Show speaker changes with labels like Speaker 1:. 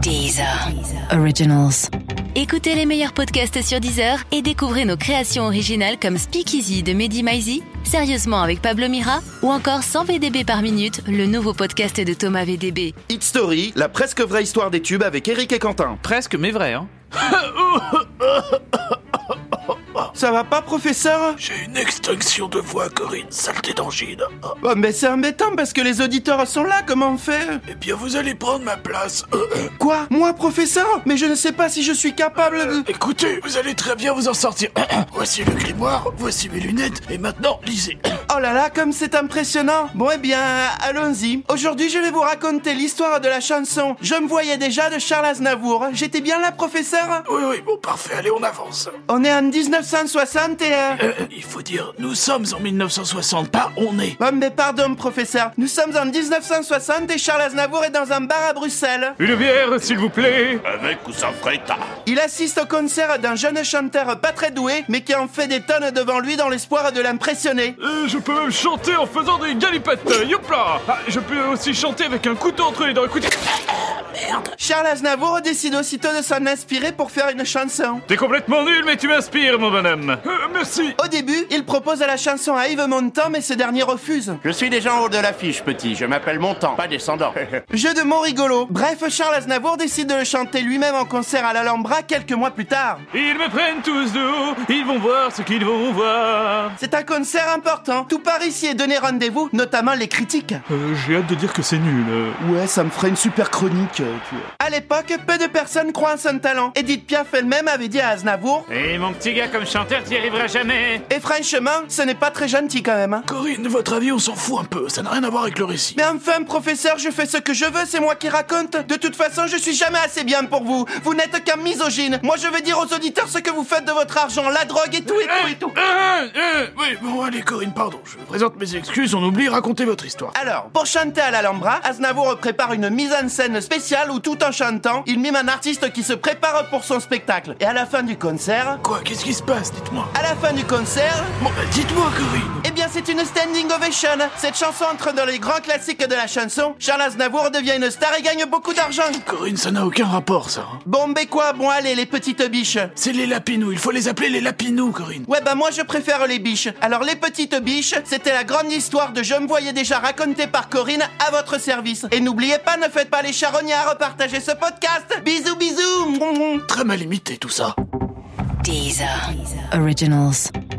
Speaker 1: Deezer. Originals. Écoutez les meilleurs podcasts sur Deezer et découvrez nos créations originales comme Speakeasy de Mehdi Maizi, Sérieusement avec Pablo Mira ou encore 100 VDB par minute, le nouveau podcast de Thomas VDB.
Speaker 2: Hit Story, la presque vraie histoire des tubes avec Eric et Quentin.
Speaker 3: Presque, mais vrai, hein.
Speaker 2: Ça va pas, professeur
Speaker 4: J'ai une extinction de voix, Corinne, saleté d'angine. Ah,
Speaker 2: Oh, mais c'est embêtant parce que les auditeurs sont là, comment on fait
Speaker 4: Eh bien, vous allez prendre ma place. Euh, euh,
Speaker 2: Quoi Moi, professeur Mais je ne sais pas si je suis capable de...
Speaker 4: écoutez, vous allez très bien vous en sortir. Euh, voici le grimoire, voici mes lunettes, et maintenant, lisez. Euh,
Speaker 2: Oh là là, comme c'est impressionnant Bon, eh bien, allons-y. Aujourd'hui, je vais vous raconter l'histoire de la chanson « Je me voyais déjà » de Charles Aznavour. J'étais bien là, professeur
Speaker 4: oui, oui, bon, parfait, allez, on avance.
Speaker 2: On est en 1961.
Speaker 4: Euh, il faut dire, nous sommes en 1960, pas on est.
Speaker 2: Bon, mais pardon, professeur. Nous sommes en 1960 et Charles Aznavour est dans un bar à Bruxelles.
Speaker 5: Une bière, s'il vous plaît.
Speaker 4: Avec ou sans fretta
Speaker 2: Il assiste au concert d'un jeune chanteur pas très doué, mais qui en fait des tonnes devant lui dans l'espoir de l'impressionner.
Speaker 5: Et je peux même chanter en faisant des galipettes. Euh, Youpla Ah, Je peux aussi chanter avec un couteau entre les dents. Écoutez,
Speaker 2: Charles Aznavour décide aussitôt de s'en inspirer pour faire une chanson.
Speaker 5: t'es complètement nul, mais tu m'inspires, mon bonhomme. Euh, merci.
Speaker 2: Au début, il propose la chanson à Yves Montand, mais ce dernier refuse.
Speaker 6: Je suis déjà en haut de l'affiche, petit. Je m'appelle Montant, pas descendant.
Speaker 2: Jeu de mots rigolo. Bref, Charles Aznavour décide de le chanter lui-même en concert à l'Alhambra quelques mois plus tard.
Speaker 5: Ils me prennent tous de haut. Ils vont voir ce qu'ils vont voir.
Speaker 2: C'est un concert important. Tout Paris s'y est donné rendez-vous, notamment les critiques.
Speaker 5: Euh, J'ai hâte de dire que c'est nul. euh.
Speaker 2: Ouais, ça me ferait une super chronique. euh, À l'époque, peu de personnes croient en son talent. Edith Piaf elle-même avait dit à Aznavour
Speaker 3: Et mon petit gars, comme chanteur, t'y arriveras jamais.
Speaker 2: Et franchement, ce n'est pas très gentil quand même. hein.
Speaker 4: Corinne, votre avis, on s'en fout un peu, ça n'a rien à voir avec le récit.
Speaker 2: Mais enfin, professeur, je fais ce que je veux, c'est moi qui raconte. De toute façon, je suis jamais assez bien pour vous. Vous n'êtes qu'un misogyne. Moi, je veux dire aux auditeurs ce que vous faites de votre argent, la drogue et tout et tout et tout.
Speaker 4: Euh, euh, oui, bon, allez, Corinne, pardon, je vous présente mes excuses, on oublie, racontez votre histoire.
Speaker 2: Alors, pour chanter à l'Alhambra, Aznavour prépare une mise en scène spéciale où tout en chantant, il mime un artiste qui se prépare pour son spectacle. Et à la fin du concert,
Speaker 4: Quoi, qu'est-ce qui se passe, dites-moi
Speaker 2: à la fin du concert,
Speaker 4: Bon, bah, dites-moi, Corinne
Speaker 2: eh bien c'est une standing ovation. Cette chanson entre dans les grands classiques de la chanson. Charles Aznavour devient une star et gagne beaucoup d'argent.
Speaker 4: Corinne, ça n'a aucun rapport, ça. hein.
Speaker 2: Bon, mais quoi Bon, allez, les petites biches.
Speaker 4: C'est les lapinous, il faut les appeler les lapinous, Corinne.
Speaker 2: Ouais, bah moi je préfère les biches. Alors les petites biches, c'était la grande histoire de Je me voyais déjà racontée par Corinne à votre service. Et n'oubliez pas, ne faites pas les charognards, partagez ce podcast. Bisous, bisous. Mouah, mouah.
Speaker 4: Très mal imité, tout ça.
Speaker 1: Deezer. Originals.